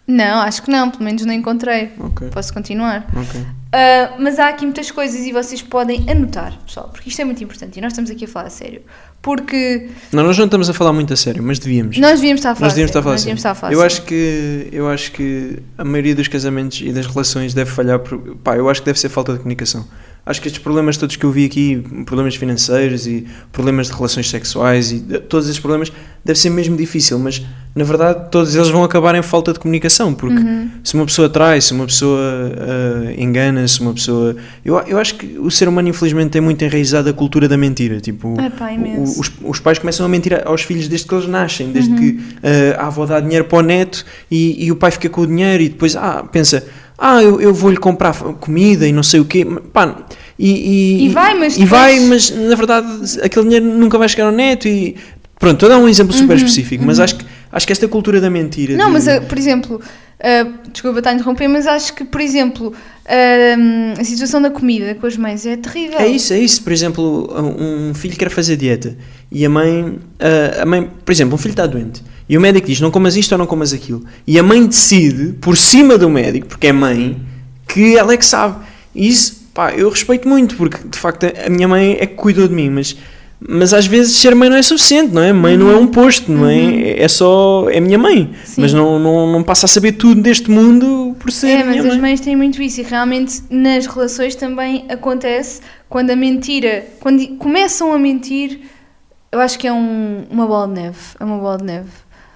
Não, acho que não, pelo menos não encontrei. Ok. Posso continuar. Ok. Uh, mas há aqui muitas coisas e vocês podem anotar, pessoal, porque isto é muito importante e nós estamos aqui a falar a sério. Porque Não, nós não estamos a falar muito a sério, mas devíamos. nós devíamos estar a falar Nós devíamos estar a falar nós assim. devíamos estar a falar Eu sério. acho que eu acho que a maioria dos casamentos e das relações deve falhar por, pá, eu acho que deve ser falta de comunicação. Acho que estes problemas todos que eu vi aqui, problemas financeiros e problemas de relações sexuais e de- todos esses problemas, deve ser mesmo difícil, mas na verdade todos eles vão acabar em falta de comunicação, porque Uhum. se uma pessoa trai, se uma pessoa ah, engana, se uma pessoa. Eu, eu acho que o ser humano infelizmente tem muito enraizado a cultura da mentira, tipo, É pá, o- imenso. Uhum. os, os pais começam a mentir aos filhos desde que eles nascem, desde que ah, a avó dá dinheiro para o neto e, e o pai fica com o dinheiro e depois ah, pensa, ah, eu, eu vou-lhe comprar f- comida e não sei o quê. Pá, e, E vai, mas e vai, mas depois- na verdade aquele dinheiro nunca vai chegar ao neto e pronto, estou a dar um exemplo super específico, mas acho que, acho que esta cultura da mentira Uhum, Não, de- mas, uh, por exemplo, uh, desculpa estar a interromper, mas acho que, por exemplo, uh, a situação da comida com as mães é terrível. É isso, é isso. Por exemplo, um filho quer fazer dieta e a mãe, a- a mãe, por exemplo, um filho está doente e o médico diz não comas isto ou não comas aquilo e a mãe decide por cima do médico porque é mãe que ela é que sabe. E isso, pá, eu respeito muito porque de facto a minha mãe é que cuidou de mim, mas mas às vezes ser mãe não é suficiente, não é? Mãe não é um posto, não é? É só é minha mãe, Uhum. Sim. mas não, não não passa a saber tudo deste mundo por ser É, minha mas mãe. as mães têm muito isso e realmente nas relações também acontece quando a mentira, quando i- começam a mentir, eu acho que é um- uma bola de neve. É uma bola de neve.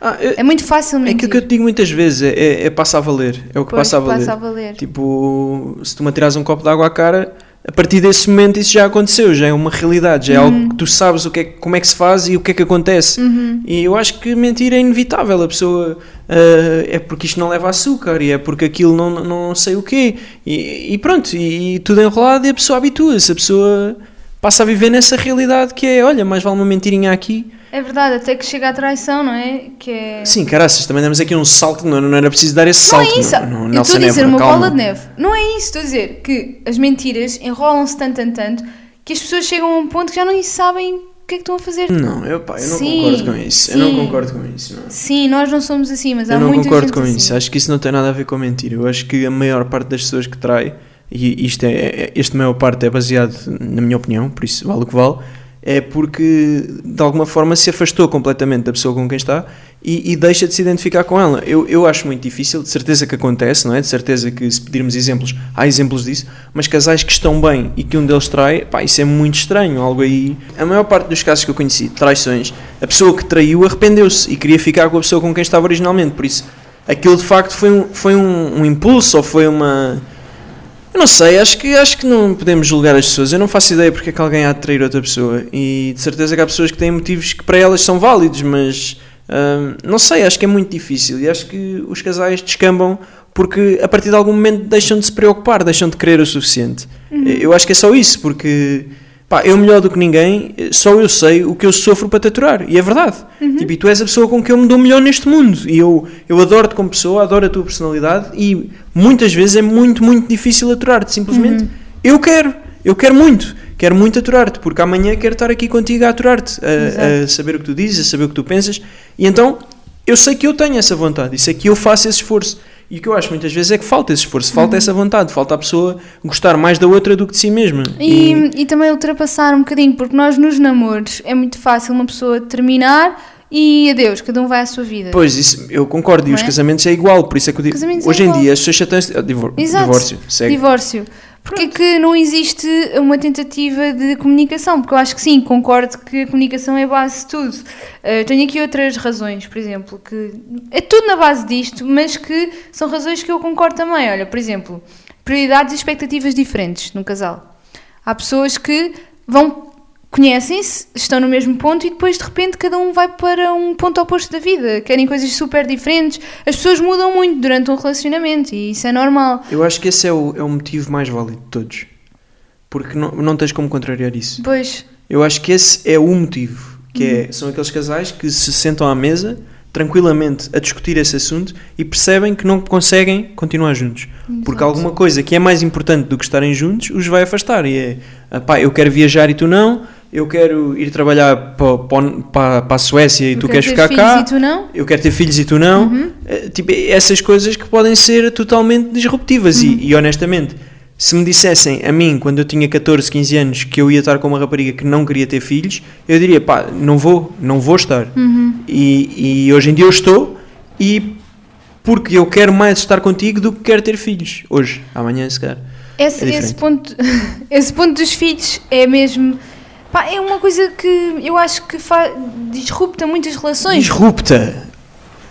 Ah, eu- É muito fácil É mentir. aquilo que eu te digo muitas vezes, é, é, é passa a valer. É o que Pois, passa a valer. passa a valer. Tipo, se tu me atirares um copo de água à cara, a partir desse momento isso já aconteceu, já é uma realidade, já é algo que tu sabes o que é, que- como é que se faz e o que é que acontece. E eu acho que mentir é inevitável. A pessoa ah, é porque isto não leva açúcar e é porque aquilo não, não sei o quê. E, e pronto, e, e tudo enrolado e a pessoa habitua-se. A pessoa. passa a viver nessa realidade que é, olha, mais vale uma mentirinha aqui. É verdade, até que chega à traição, não é? Que é... Sim, caraças, também demos aqui um salto, não, não era preciso dar esse Não salto. é isso. não- não- eu Nelson estou a dizer Évora, uma calma. bola de neve. Não é isso. Estou a dizer que as mentiras enrolam-se tanto, tanto, tanto que as pessoas chegam a um ponto que já não sabem o que é que estão a fazer. Não, eu, pá, eu não Sim, concordo com isso. Eu não sim. concordo com isso, não. Sim, nós não somos assim, mas há Eu não muita concordo gente com assim. isso. Acho que isso não tem nada a ver com a mentira. Eu acho que a maior parte das pessoas que trai, e isto é, é- este maior parte é baseado na minha opinião, por isso vale o que vale, é porque de alguma forma se afastou completamente da pessoa com quem está e, e deixa de se identificar com ela. Eu, eu acho muito difícil, de certeza que acontece, não é? De certeza que se pedirmos exemplos, há exemplos disso, mas casais que estão bem e que um deles trai, pá, isso é muito estranho, algo aí. A maior parte dos casos que eu conheci, de traições, a pessoa que traiu arrependeu-se e queria ficar com a pessoa com quem estava originalmente, por isso aquilo de facto foi um, foi um, um impulso ou foi uma. Eu não sei, acho que, acho que não podemos julgar as pessoas. Eu não faço ideia porque é que alguém há de trair outra pessoa. E de certeza que há pessoas que têm motivos que para elas são válidos, mas hum, não sei, acho que é muito difícil. E acho que os casais descambam porque a partir de algum momento deixam de se preocupar, deixam de querer o suficiente. Eu acho que é só isso, porque pá, eu melhor do que ninguém, só eu sei o que eu sofro para te aturar. E é verdade. Tipo, e tu és a pessoa com que eu me dou melhor neste mundo. E eu, eu adoro-te como pessoa, adoro a tua personalidade. E muitas vezes é muito, muito difícil aturar-te. Simplesmente, eu quero, eu quero muito. Quero muito aturar-te, porque amanhã quero estar aqui contigo a aturar-te, a- a, saber o que tu dizes, a saber o que tu pensas. E então, eu sei que eu tenho essa vontade, e sei que eu faço esse esforço. E o que eu acho muitas vezes é que falta esse esforço, falta essa vontade, falta a pessoa gostar mais da outra do que de si mesma. E, e também ultrapassar um bocadinho, porque nós nos namoros é muito fácil uma pessoa terminar e adeus, cada um vai à sua vida. Pois, isso, eu concordo. E Não os é? casamentos é igual. Por isso é que eu digo. Casamentos é Hoje em igual. dia, as pessoas chatam-se. ah, divor- Exato. Divórcio. Segue. Divórcio. Porquê que não existe uma tentativa de comunicação? Porque eu acho que sim, concordo que a comunicação é a base de tudo. Eh, tenho aqui outras razões, por exemplo, que é tudo na base disto, mas que são razões que eu concordo também. Olha, por exemplo, prioridades e expectativas diferentes num casal. Há pessoas que vão conhecem-se, estão no mesmo ponto e depois de repente cada um vai para um ponto oposto da vida, querem coisas super diferentes. As pessoas mudam muito durante um relacionamento e isso é normal. Eu acho que esse é o, é o motivo mais válido de todos. Porque não, não tens como contrariar isso. Pois, Eu acho que esse é o motivo. Que Uhum. é, são aqueles casais que se sentam à mesa tranquilamente a discutir esse assunto e percebem que não conseguem continuar juntos. Porque Exato. alguma coisa que é mais importante do que estarem juntos os vai afastar. E é, "Ah, pá, eu quero viajar e tu não, eu quero ir trabalhar para, para, para a Suécia e eu tu quero queres ter ficar filhos cá. E tu não? eu quero ter filhos e tu não. Uhum. Eh, Tipo, essas coisas que podem ser totalmente disruptivas. Uhum. E- E, honestamente, se me dissessem a mim, quando eu tinha 14, 15 anos, que eu ia estar com uma rapariga que não queria ter filhos, eu diria, pá, não vou, não vou estar. Uhum. E, e hoje em dia eu estou e porque eu quero mais estar contigo do que quero ter filhos. Hoje, amanhã, se calhar. Esse, É esse, diferente. ponto, (laughs) esse ponto dos filhos é mesmo. Pá, é uma coisa que eu acho que fa- disrupta muitas relações. Disrupta!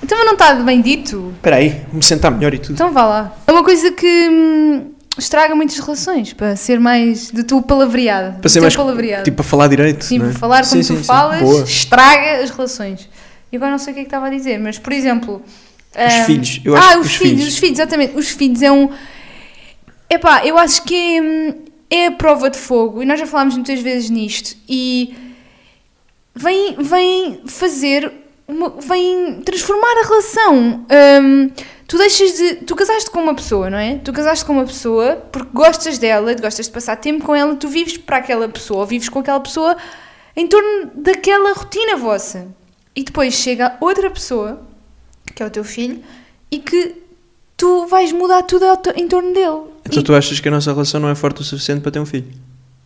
Então mas não está bem dito. Espera aí, vou-me sentar melhor e tudo. Então vá lá. É uma coisa que hum, estraga muitas relações, para ser mais do teu palavreado. Para ser do mais, teu palavreado. tipo, para falar direito, Sim, não é? por falar como Sim, sim, tu sim. falas, Boa. estraga as relações. E agora não sei o que é que estava a dizer, mas por exemplo. ahm, filhos, eu acho ah, que os, os filhos, filhos. os filhos, exatamente. Os filhos é um. Epá, eu acho que é, hum, é a prova de fogo, e nós já falámos muitas vezes nisto, e vem, vem fazer. Uma, vem transformar a relação. Hum, tu deixas de. Tu casaste com uma pessoa, não é? Tu casaste com uma pessoa porque gostas dela, gostas de passar tempo com ela, tu vives para aquela pessoa, ou vives com aquela pessoa em torno daquela rotina vossa. E depois chega outra pessoa, que é o teu filho, e que tu vais mudar tudo ao to- em torno dele. Então E tu achas que a nossa relação não é forte o suficiente para ter um filho?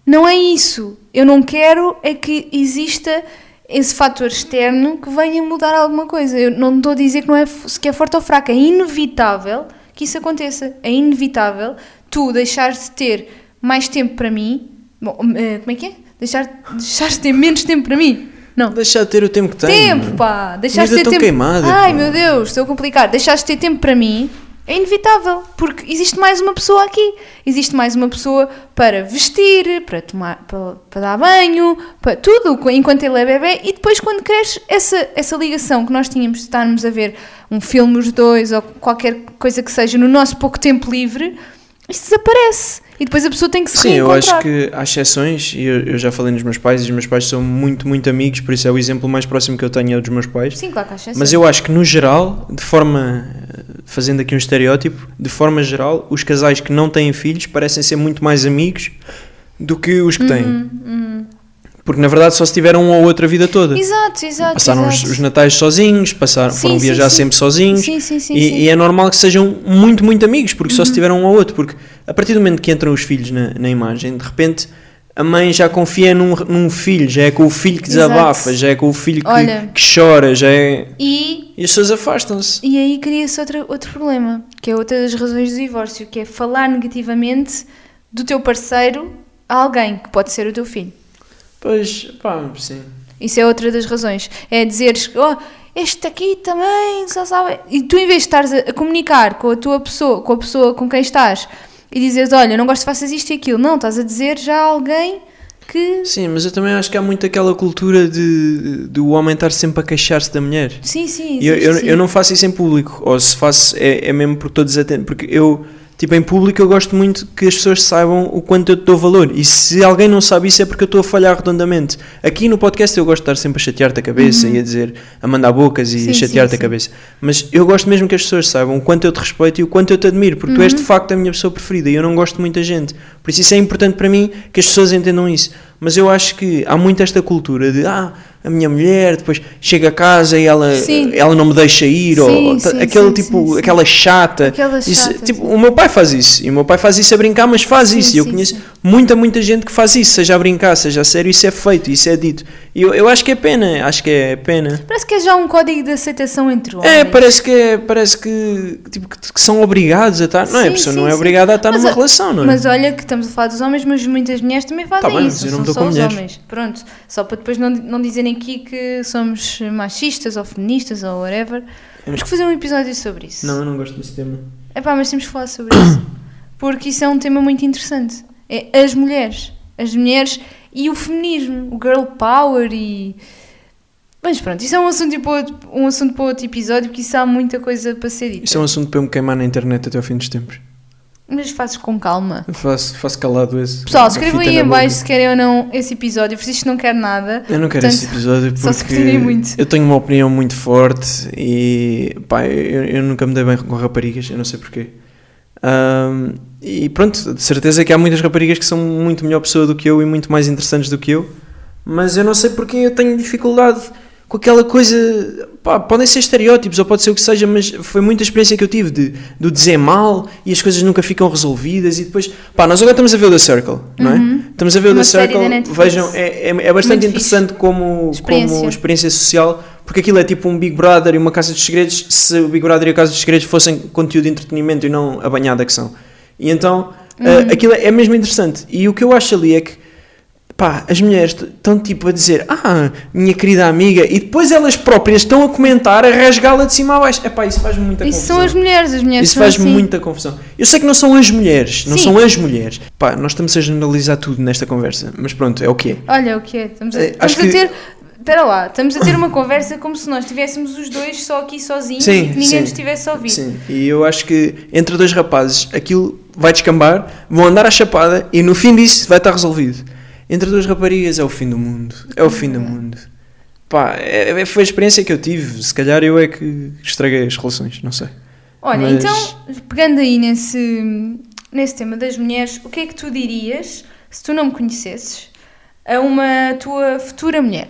Não é isso. Eu não quero é que exista esse fator externo que venha mudar alguma coisa. Eu não estou a dizer que não é f- sequer forte ou fraca. É inevitável que isso aconteça. É inevitável tu deixares de ter mais tempo para mim. Bom, eh, como é que é? Deixar, deixares de ter menos tempo para mim. Não. Deixar de ter o tempo que tenho. Tempo, mano. pá! Deixaste é? Mas eu de ter tô tempo. queimada, Ai pá. meu Deus, estou a complicar. Deixaste de ter tempo para mim é inevitável, porque existe mais uma pessoa aqui. Existe mais uma pessoa para vestir, para tomar, para, para dar banho, para tudo, co- enquanto ele é bebê. E depois, quando cresce, essa, essa ligação que nós tínhamos de estarmos a ver um filme os dois ou qualquer coisa que seja no nosso pouco tempo livre isto desaparece. E depois a pessoa tem que se Sim, eu reencontrar. acho que há exceções, e eu, eu já falei nos meus pais, e os meus pais são muito, muito amigos, por isso é o exemplo mais próximo que eu tenho é o dos meus pais. Sim, é claro que há exceções. Mas eu acho que no geral, de forma fazendo aqui um estereótipo, de forma geral, os casais que não têm filhos parecem ser muito mais amigos do que os que têm. Uhum, Porque na verdade só se tiveram um ou outro a vida toda. Exato, exato. Passaram os, exato. os natais sozinhos, passaram, Sim, foram sim, viajar sim. sempre sozinhos. Sim, sim, sim, Uhum. e, sim. e é normal que sejam muito, muito amigos, porque só se tiveram um ao outro. Porque a partir do momento que entram os filhos na, na imagem, de repente a mãe já confia num, num filho, já é com o filho que Exato. desabafa, já é com o filho que, Olha. que chora, já é. E E as pessoas afastam-se. E aí cria-se outra- outro problema, que é outra das razões do divórcio, que é falar negativamente do teu parceiro a alguém, que pode ser o teu filho. Pois, pá, sim. Isso é outra das razões. É dizeres, oh, este aqui também, só sabe. E tu, em vez de estares a, a comunicar com a tua pessoa, com a pessoa com quem estás, e dizes, olha, não gosto que faças isto e aquilo, não, estás a dizer já a alguém que. Sim, mas eu também acho que há muito aquela cultura de, do homem estar sempre a queixar-se da mulher. Sim, sim, E eu, existe, eu, sim. eu não faço isso em público, ou se faço é, é mesmo porque estou desatento, porque eu, tipo, em público eu gosto muito que as pessoas saibam o quanto eu te dou valor, e se alguém não sabe isso é porque eu estou a falhar redondamente. Aqui no podcast eu gosto de estar sempre a chatear-te a cabeça e a dizer, a mandar bocas e Uhum. Sim, a sim, chatear-te a sim. cabeça, mas eu gosto mesmo que as pessoas saibam o quanto eu te respeito e o quanto eu te admiro, porque tu és Uhum. de facto a minha pessoa preferida e eu não gosto de muita gente, por isso isso é importante para mim que as pessoas entendam isso. Mas eu acho que há muito esta cultura de, ah, a minha mulher, depois chega a casa e ela, Sim. ela não me deixa ir, ou Sim, ta- sim, aquele sim, tipo, sim, sim. aquela chata. Aquela Isso- chata, tipo, sim. o meu pai faz isso, e o meu pai faz isso a brincar, mas faz Sim, isso. E eu sim, conheço sim. muita, muita gente que faz isso, seja a brincar, seja a sério, isso é feito, isso é dito. E eu, eu acho que é pena, acho que é pena. Parece que é já um código de aceitação entre homens. É, parece que é, parece que, tipo, que, que são obrigados a estar. Não é, a Sim, pessoa sim, não é sim. obrigada a estar Mas numa o- relação, não é? Tá Mas olha que estamos a falar dos homens, mas muitas mulheres também fazem bem, mas isso. eu não Não me dou são com só os mulheres. homens. Pronto, só para depois não, não dizerem aqui que somos machistas ou feministas ou whatever. Temos que fazer um episódio sobre isso. Não, eu não gosto desse tema. Epá, mas temos que falar (coughs) sobre isso. Porque isso é um tema muito interessante. É as mulheres. As mulheres e o feminismo. O girl power e. Mas pronto, isso é um assunto para outro, um assunto para outro episódio, porque isso há muita coisa para ser dita. Isso é um assunto para eu me queimar na internet até ao fim dos tempos. Mas fazes com calma. Eu Faço, faço calado esse. Pessoal, com a escrevam fita aí na em boca. baixo se querem ou não esse episódio. Francisco não quer nada. Eu não quero Portanto, esse episódio só se porque pedirem muito. eu tenho uma opinião muito forte e pá, eu, eu nunca me dei bem com raparigas, eu não sei porquê. Ahm, e pronto, de certeza que há muitas raparigas que são muito melhor pessoa do que eu e muito mais interessantes do que eu, mas eu não sei porque eu tenho dificuldade com aquela coisa. Pá, podem ser estereótipos ou pode ser o que seja, mas foi muita experiência que eu tive de, do dizer mal e as coisas nunca ficam resolvidas. E depois, pá, nós agora estamos a ver o The Circle, não é? Estamos a ver o Uhum. Uma The série da Circle, Netflix. vejam, é, é, é bastante Muito fixe. interessante como Experiência. como experiência social, porque aquilo é tipo um Big Brother e uma Casa dos Segredos, se o Big Brother e a Casa dos Segredos fossem conteúdo de entretenimento e não a banhada que são. E então, Uhum. eh, aquilo é mesmo interessante. E o que eu acho ali é que, pá, as mulheres estão tipo a dizer, ah, minha querida amiga, e depois elas próprias estão a comentar, a rasgá-la de cima a baixo. É pá, isso faz muita Isso confusão. são as mulheres, as mulheres Isso são faz-me assim. muita confusão. Eu sei que não são as mulheres, não Sim. são as mulheres. Pá, nós estamos a generalizar tudo nesta conversa, mas pronto, é o que é. Olha o que é. Estamos a, Eh, acho estamos a que- ter. Espera lá, estamos a ter uma conversa como se nós estivéssemos os dois só aqui sozinhos Sim, e que ninguém sim. nos tivesse ouvido. Sim, e eu acho que entre dois rapazes aquilo vai descambar, vão andar à chapada e no fim disso vai estar resolvido. Entre duas raparigas é o fim do mundo. É o fim do mundo. Pá, é- é- foi a experiência que eu tive. Se calhar eu é que estraguei as relações, não sei. Olha, Mas- então, pegando aí nesse, nesse tema das mulheres, o que é que tu dirias, se tu não me conhecesses, a uma tua futura mulher?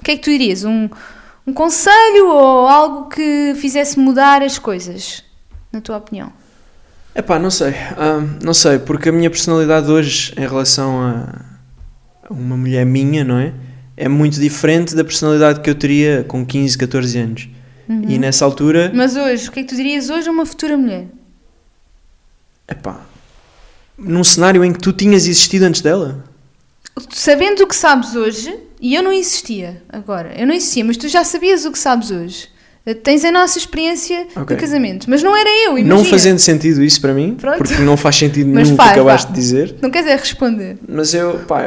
O que é que tu dirias? Um, um conselho ou algo que fizesse mudar as coisas, na tua opinião? É pá, não sei. Ah, não sei, porque a minha personalidade hoje em relação a a uma mulher minha, não é? É muito diferente da personalidade que eu teria com 15, 14 anos. E nessa altura. Uhum. Mas hoje, o que é que tu dirias hoje a uma futura mulher? Epá, num cenário em que tu tinhas existido antes dela? Sabendo o que sabes hoje, e eu não existia agora, eu não existia, mas tu já sabias o que sabes hoje. Eh, Tens a nossa experiência Ok. de casamento, mas não era eu, imagina. Não fazendo sentido isso para mim, Pronto. porque não faz sentido Mas nenhum o que faz, acabaste vá. de dizer. Não queres é responder. Mas eu, pá,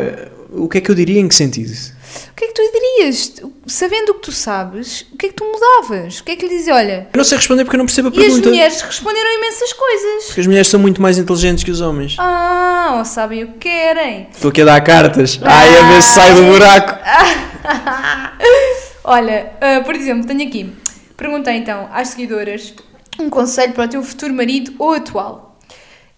o que é que eu diria em que sentido? O que é que tu dirias? Sabendo o que tu sabes, o que é que tu mudavas? O que é que lhe dizia? Olha, Eu não sei responder porque eu não percebo a e as pergunta. mulheres responderam imensas coisas. Porque as mulheres são muito mais inteligentes que os homens. Ah, ou sabem o que querem. Estou aqui a dar cartas. Ah. Ai, a ver se sai do buraco. Olha, ah, por exemplo, tenho aqui. Perguntei então às seguidoras um conselho para o teu futuro marido ou atual.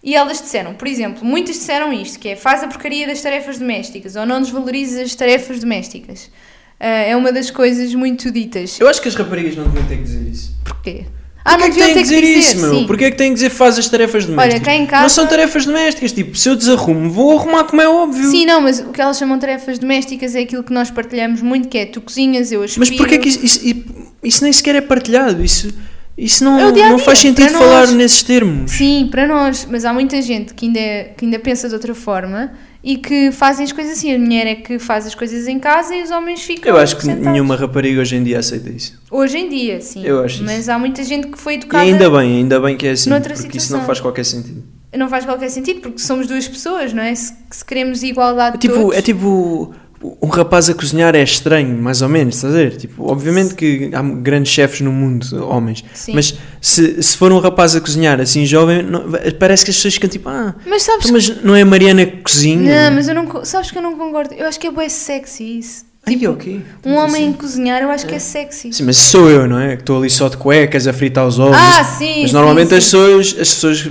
E elas disseram, por exemplo, muitas disseram isto, que é faz a porcaria das tarefas domésticas ou não desvalorizes as tarefas domésticas. Ah, é uma das coisas muito ditas. Eu acho que as raparigas não deviam ter que dizer isso. Porquê? Porquê é que Ah, deviam têm que ter dizer, isso, meu? sim. Porquê é que têm que dizer faz as tarefas domésticas? cá em casa- Não são tarefas domésticas, tipo, se eu desarrumo, vou arrumar como é óbvio. Sim, não, mas o que elas chamam de tarefas domésticas é aquilo que nós partilhamos muito, que é tu cozinhas, eu aspiro. Mas porquê é que isso, isso, isso nem sequer é partilhado? Isso, isso não, É o dia a não dia, faz sentido para falar nós. nesses termos. Sim, para nós, mas há muita gente que ainda, que ainda pensa de outra forma e que fazem as coisas assim. A mulher é que faz as coisas em casa e os homens ficam. Eu acho que sentados. nenhuma rapariga hoje em dia aceita isso. Hoje em dia, sim. Eu acho Mas há muita gente que foi E educada. ainda bem, ainda bem que é assim, porque noutra isso não situação. faz qualquer sentido. Não faz qualquer sentido, porque somos duas pessoas, não é? Se, se queremos igualdade É de tipo, todos. é tipo um rapaz a cozinhar é estranho, mais ou menos, estás a ver? Tipo, obviamente que há grandes chefes no mundo, homens, Sim. mas se, se for um rapaz a cozinhar assim jovem, não- parece que as pessoas ficam tipo, né? ah, Mas sabes então, mas não é a Mariana que cozinha? Não, mas eu não. co- Sabes que eu não concordo. Eu acho que é bem sexy isso. Ai, Tipo, ok. um Estamos homem assim. cozinhar, eu acho que é sexy. Sim, mas sou eu, não é? Que estou ali só de cuecas a fritar os ovos. Ah, sim, Mas sim, normalmente sim. As, pessoas, as pessoas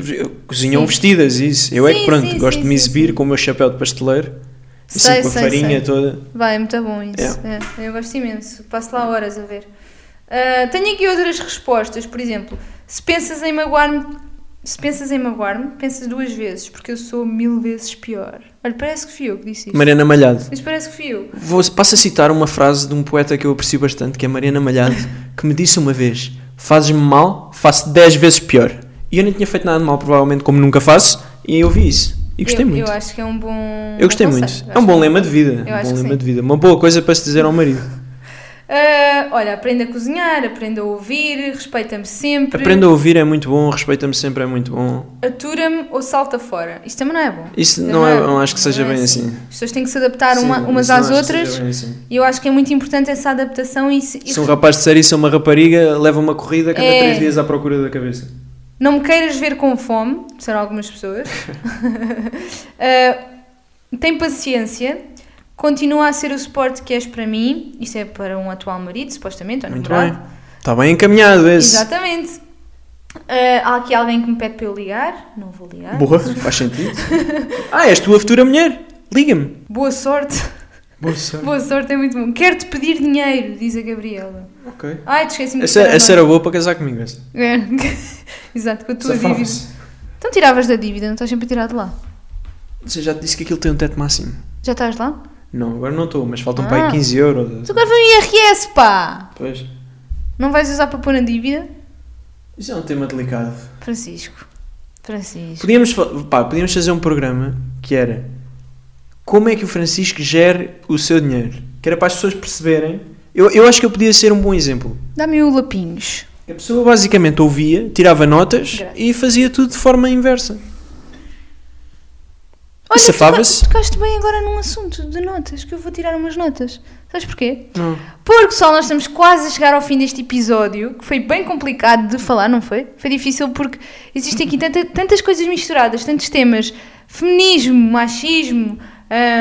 cozinham Sim. vestidas, isso. Eu é que Sim, pronto, sim, gosto sim, de me sim, exibir com o meu chapéu de pasteleiro, assim Sei, com a sei, farinha sei. toda. Vai, é muito bom isso. É, eu gosto imenso. Passo lá horas a ver. Ah, tenho aqui outras respostas, por exemplo, se pensas em magoar-me, se pensas em magoar-me, pensas duas vezes, porque eu sou mil vezes pior. Olha, parece que fui eu que disse isto. Mariana Malhado. Mas parece que fui eu. Vou, passo a citar uma frase de um poeta que eu aprecio bastante, que é Mariana (laughs) Malhado, que me disse uma vez: Fazes-me mal, faço 10 vezes pior. E eu nem tinha feito nada de mal, provavelmente, como nunca faço, e eu vi isso. E gostei eu, muito. Eu Eu, acho que é um bom. gostei bom muito. É conselho. um Acho bom que- lema de vida. Eu um acho bom que lema sim. de vida. Uma boa coisa para se dizer ao marido. Ah, olha, aprenda a cozinhar, aprenda a ouvir, respeita-me sempre. Aprenda a ouvir é muito bom, respeita-me sempre é muito bom. Atura-me ou salta fora. Isto também não é bom. Isso Também não é- bom. não acho que Também seja não é bem assim. As pessoas têm que se adaptar uma- Sim, umas isso não às acho que seja outras. bem assim. E eu acho que é muito importante essa adaptação e, se- e Se um rapaz disser isso a uma rapariga, leva uma corrida a cada É. 3 dias à procura da cabeça. não me queiras ver com fome, disseram (laughs) algumas pessoas. Ah, tem paciência, continua a ser o suporte que és para mim. Isto é para um atual marido, supostamente, ou Muito namorado. bem. Está bem encaminhado esse. Exatamente. Ah, há aqui alguém que me pede para eu ligar, não vou ligar. Boa, faz sentido. (laughs) ah, és tua futura mulher. Liga-me. Boa sorte. (laughs) Boa sorte. Boa sorte é muito bom. Quero-te pedir dinheiro, diz a Gabriela. Ok. Ai, te esqueci-me de Essa, tirar a essa era boa para casar comigo. essa. nota. É. (laughs) Exato, com a é tua dívida. Safava-se. Então tiravas da dívida, não estás sempre a tirar de lá. Você já te disse que aquilo tem um teto máximo. Já estás lá? Não, agora não estou, mas faltam para aí Ah. 15 euros. Tu agora vem um IRS, pá! Pois. Não vais usar para pôr na dívida? Isso é um tema delicado. Francisco. Francisco. Podíamos, fa- pá, podíamos fazer um programa que era como é que o Francisco gera o seu dinheiro. Que era para as pessoas perceberem. Eu, eu acho que eu podia ser um bom exemplo. Dá-me o lapinhos. A pessoa basicamente ouvia, tirava notas Graças. e fazia tudo de forma inversa. Olha, tu safava-se? toca- tocaste bem agora num assunto de notas, que eu vou tirar umas notas. Sabes porquê? Não. Porque, pessoal, nós estamos quase a chegar ao fim deste episódio, que foi bem complicado de falar, não foi? Foi difícil porque existem aqui tanta- tantas coisas misturadas, tantos temas. Feminismo, machismo,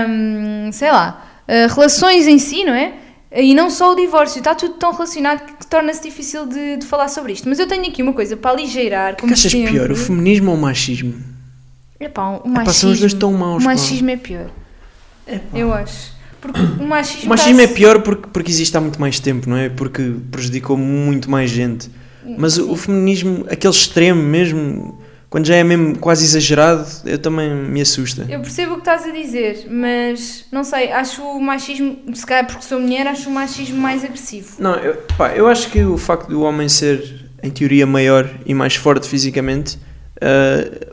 hum, sei lá, eh, relações em si, não é? E não só o divórcio, está tudo tão relacionado que torna-se difícil de, de falar sobre isto. Mas eu tenho aqui uma coisa para aligeirar, O que como achas sempre. pior, o feminismo ou o machismo? Epá, o Epá, machismo, são os dois tão maus, o pá. machismo é pior, eu acho. Porque o machismo, O machismo é está-se- pior porque, porque existe há muito mais tempo, não é? Porque prejudicou muito mais gente. Mas o, o feminismo, aquele extremo mesmo, quando já é mesmo quase exagerado, eu também me assusta. Eu percebo o que estás a dizer, mas não sei, acho o machismo, se calhar porque sou mulher, acho o machismo mais agressivo. Não, eu, pá, eu acho que o facto do homem ser, em teoria, maior e mais forte fisicamente, ah,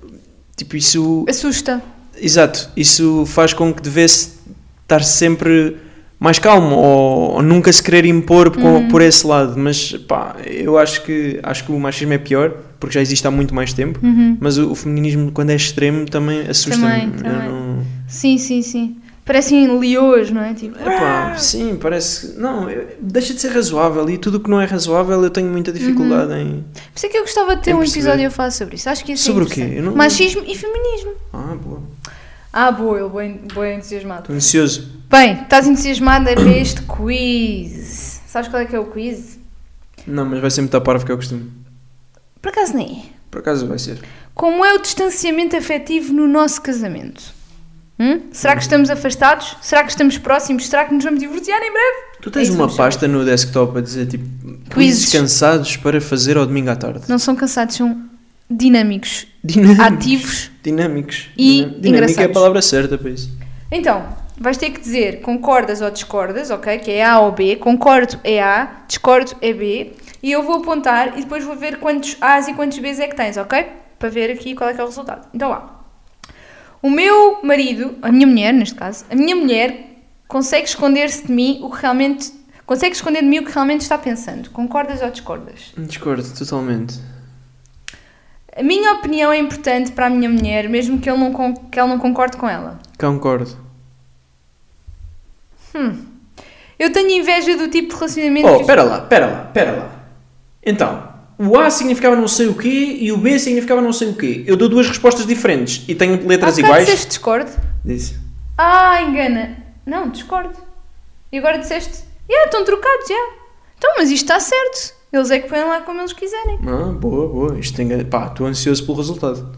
tipo, isso. Assusta. Exato, isso faz com que devesse estar sempre mais calmo ou, ou nunca se querer impor com- por esse lado. Mas pá, eu acho que, acho que o machismo é pior porque já existe há muito mais tempo. Mas o, o feminismo, quando é extremo, também assusta-me. Uhum. Também, Eu também. não- Sim, sim, sim. Parecem leões, não é? Tipo, Epá, sim, parece. que- Não, eu- deixa de ser razoável e tudo o que não é razoável eu tenho muita dificuldade em. Por isso é que eu gostava de ter Eu um percebi. episódio a falar sobre isso. Acho que ia ser Sobre o quê? interessante. Eu não- Machismo e feminismo. Ah, boa. Ah, boa, ele bem, bem entusiasmado. Estou ansioso. Bem, estás entusiasmada para este quiz. Sabes qual é que é o quiz? Não, mas vai ser muito à parvo que eu costumo. Por acaso nem é. Por acaso vai ser. Como é o distanciamento afetivo no nosso casamento? Hum? Será que estamos afastados? Será que estamos próximos? Será que nos vamos divorciar em breve? Tu É tens isso, uma vamos pasta no desktop a dizer tipo Quizzes. quizzes cansados para fazer ao domingo à tarde. Não são cansados, são dinâmicos, Dinâmicos. ativos. Dinâmicos. E Dinam- Dinâmica é a engraçados. palavra certa para isso. Então, vais ter que dizer concordas ou discordas, ok? Que é A ou B. Concordo é A, discordo é B. E eu vou apontar e depois vou ver quantos A's e quantos B's é que tens, ok? Para ver aqui qual é que é o resultado. Então lá. O meu marido, a minha mulher neste caso, a minha mulher consegue esconder-se de mim o que realmente. Consegue esconder de mim o que realmente está pensando. Concordas ou discordas? Discordo totalmente. A minha opinião é importante para a minha mulher, mesmo que eu não, con- que ela não concorde com ela. Concordo. Eu tenho inveja do tipo de relacionamento Oh, que- espera lá, espera lá, espera lá. Então, o A significava não sei o quê e o B significava não sei o quê. Eu dou duas respostas diferentes e tenho letras Há bocado iguais. Tá disseste discordo. Disse. Ah, engana. Não, discordo. E agora disseste. Já, estão trocados, já. Então, mas isto está certo. Eles é que põem lá como eles quiserem. Ah, boa, boa. Isto tem... Pá, estou ansioso pelo resultado.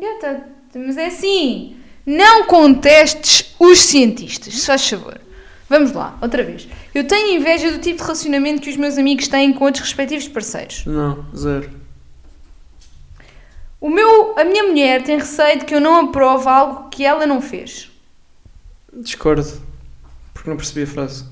Já está. Mas é assim. Não contestes os cientistas, se faz favor. Vamos lá, outra vez. Eu tenho inveja do tipo de relacionamento que os meus amigos têm com outros respectivos parceiros. Não, zero. O meu, a minha mulher tem receio de que eu não aprove algo que ela não fez. Discordo. Porque não percebi a frase.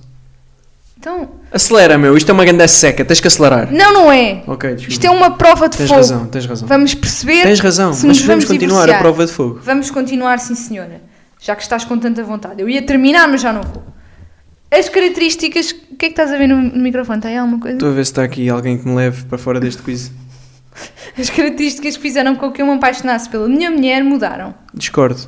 Então, Acelera, meu. Isto é uma grande seca. Tens que acelerar. não, não é. Ok, desculpa. Isto é uma prova de Tens fogo. razão, tens razão. Vamos perceber. Tens razão, se mas nos podemos vamos continuar divorciar. a prova de fogo. Vamos continuar, sim, senhora. Já que estás com tanta vontade. Eu ia terminar, mas já não vou. As características. O que é que estás a ver no, no microfone? Tem alguma coisa? Estou a ver se está aqui alguém que me leve para fora deste quiz. As características que fizeram com que eu me apaixonasse pela minha mulher mudaram. Discordo.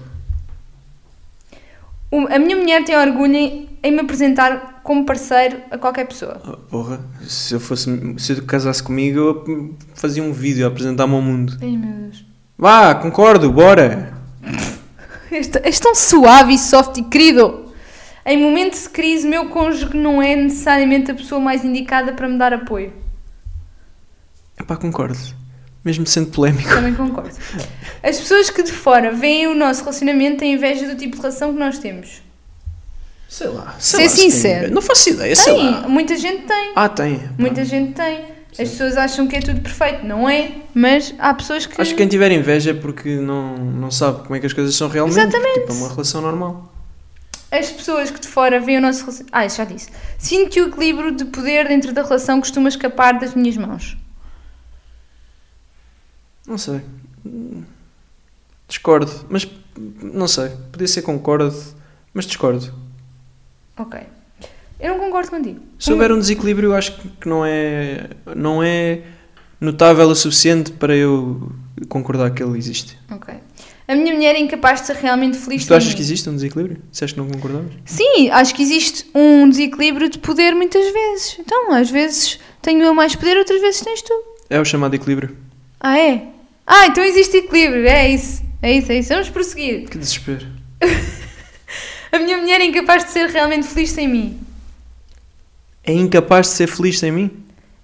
O- a minha mulher tem orgulho em, em me apresentar como parceiro a qualquer pessoa. Oh, porra, se eu fosse. Se eu casasse comigo, eu fazia um vídeo a apresentar-me ao mundo. Ai meu Deus. Vá, concordo, bora! És t- és tão é um suave e soft e querido. Em momentos de crise, meu cônjuge não é necessariamente a pessoa mais indicada para me dar apoio. Epá, concordo. Mesmo sendo polémico. Também concordo. As pessoas que de fora veem o nosso relacionamento têm inveja do tipo de relação que nós temos. Sei lá. Ser lá se tem- sincero. Não faço ideia, sei lá. Tem, muita gente tem. Ah, tem. pá. Muita gente tem. As pessoas acham que é tudo perfeito, não é? Mas há pessoas que. Acho que quem tiver inveja é porque não, não sabe como é que as coisas são realmente. Exatamente. Tipo, é uma relação normal. As pessoas que de fora veem o nosso relacionamento. Ah, isso já disse. Sinto que o equilíbrio de poder dentro da relação costuma escapar das minhas mãos. Não sei. Hum, Discordo. Mas não sei. Podia ser concordo, mas discordo. Ok. Eu não concordo contigo. Se houver um desequilíbrio, eu acho que que não é, não é notável o suficiente para eu concordar que ele existe. Ok. A minha mulher é incapaz de ser realmente feliz tu sem achas mim. que existe um desequilíbrio? Disseste que não concordamos? Sim, acho que existe um desequilíbrio de poder muitas vezes. Então, às vezes tenho eu mais poder, outras vezes tens tu. É o chamado equilíbrio. Ah, é? Ah, então existe equilíbrio. É isso. É isso, é isso. Vamos prosseguir. Que desespero. A minha mulher é incapaz de ser realmente feliz sem mim. É incapaz de ser feliz sem mim?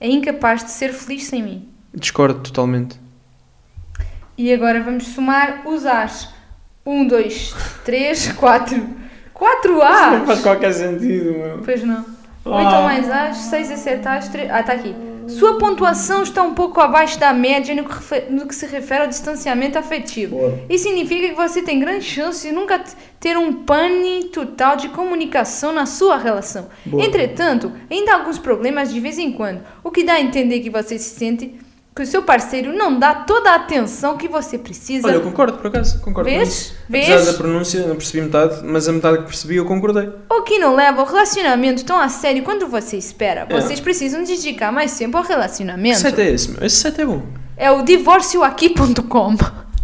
É incapaz de ser feliz sem mim. Discordo totalmente. E agora vamos somar os A's. Um, dois, três, quatro. Quatro A's! qualquer sentido, meu. Pois não. Oito ou mais A's, seis a sete A's, três... Ah, está aqui. Sua pontuação está um pouco abaixo da média no que, refe- no que se refere ao distanciamento afetivo. Isso significa que você tem grande chance de nunca t- ter um pane total de comunicação na sua relação. Boa. Entretanto, ainda há alguns problemas de vez em quando, o que dá a entender que você se sente que o seu parceiro não dá toda a atenção que você precisa. Olha, eu concordo por acaso, concordo. Vês? com isso. Apesar Vês? da pronúncia, não percebi metade, mas a metade que percebi eu concordei. O que não leva o relacionamento tão a sério quanto você espera. Vocês precisam dedicar mais tempo ao Que relacionamento. site é esse, meu? Esse site é bom. É o divórcioaqui.com.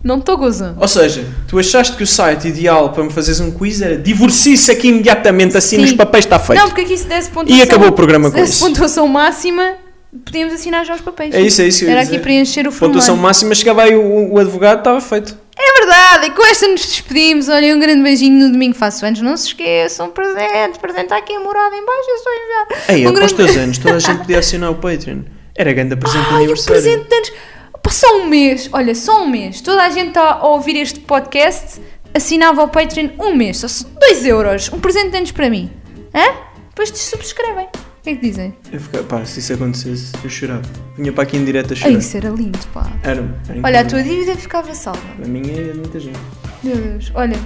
Não estou gozando. Ou seja, tu achaste que o site ideal para me fazeres um quiz era divorcie-se aqui imediatamente, assina os Sim. papéis, está feito. Não, porque aqui se desse pontuação. E acabou o programa se com desse isso. pontuação máxima, podíamos assinar já os papéis. É isso, é isso que eu ia Era aqui dizer. preencher o Pontuação formulário. máxima, chegava aí o, o advogado, estava feito. É verdade, e com esta nos despedimos. Olhem, um grande beijinho no domingo faço anos. Não se esqueçam, presente, presente, está aqui a morada em baixo, é só enviar. Ei, é. um após grande... teus anos, toda a gente podia assinar o Patreon. Era grande presente de Ai, o aniversário. presente de anos. Pá, Só um mês, olha, só um mês. Toda a gente está a ouvir este podcast, assinava o Patreon um mês, só 2 euros. Um presente de anos para mim. Hã? Depois te subscrevem. O que é que dizem? Eu ficava, pá, se isso acontecesse, eu chorava. Vinha para aqui em direto a Ai, chorar. isso era lindo, pá. Era, era Olha, a tua incrível. dívida ficava salva. A minha é de muita gente. Meu Deus, olha.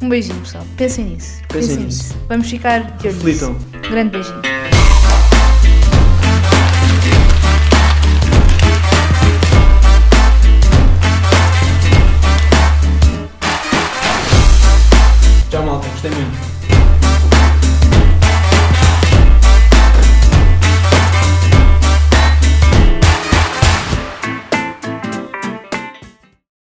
Um beijinho, pessoal. Pensem nisso. Pensem, nisso. nisso. Vamos ficar de olho. nisso. Reflitam. Grande beijinho. Tchau, malta, gostei muito.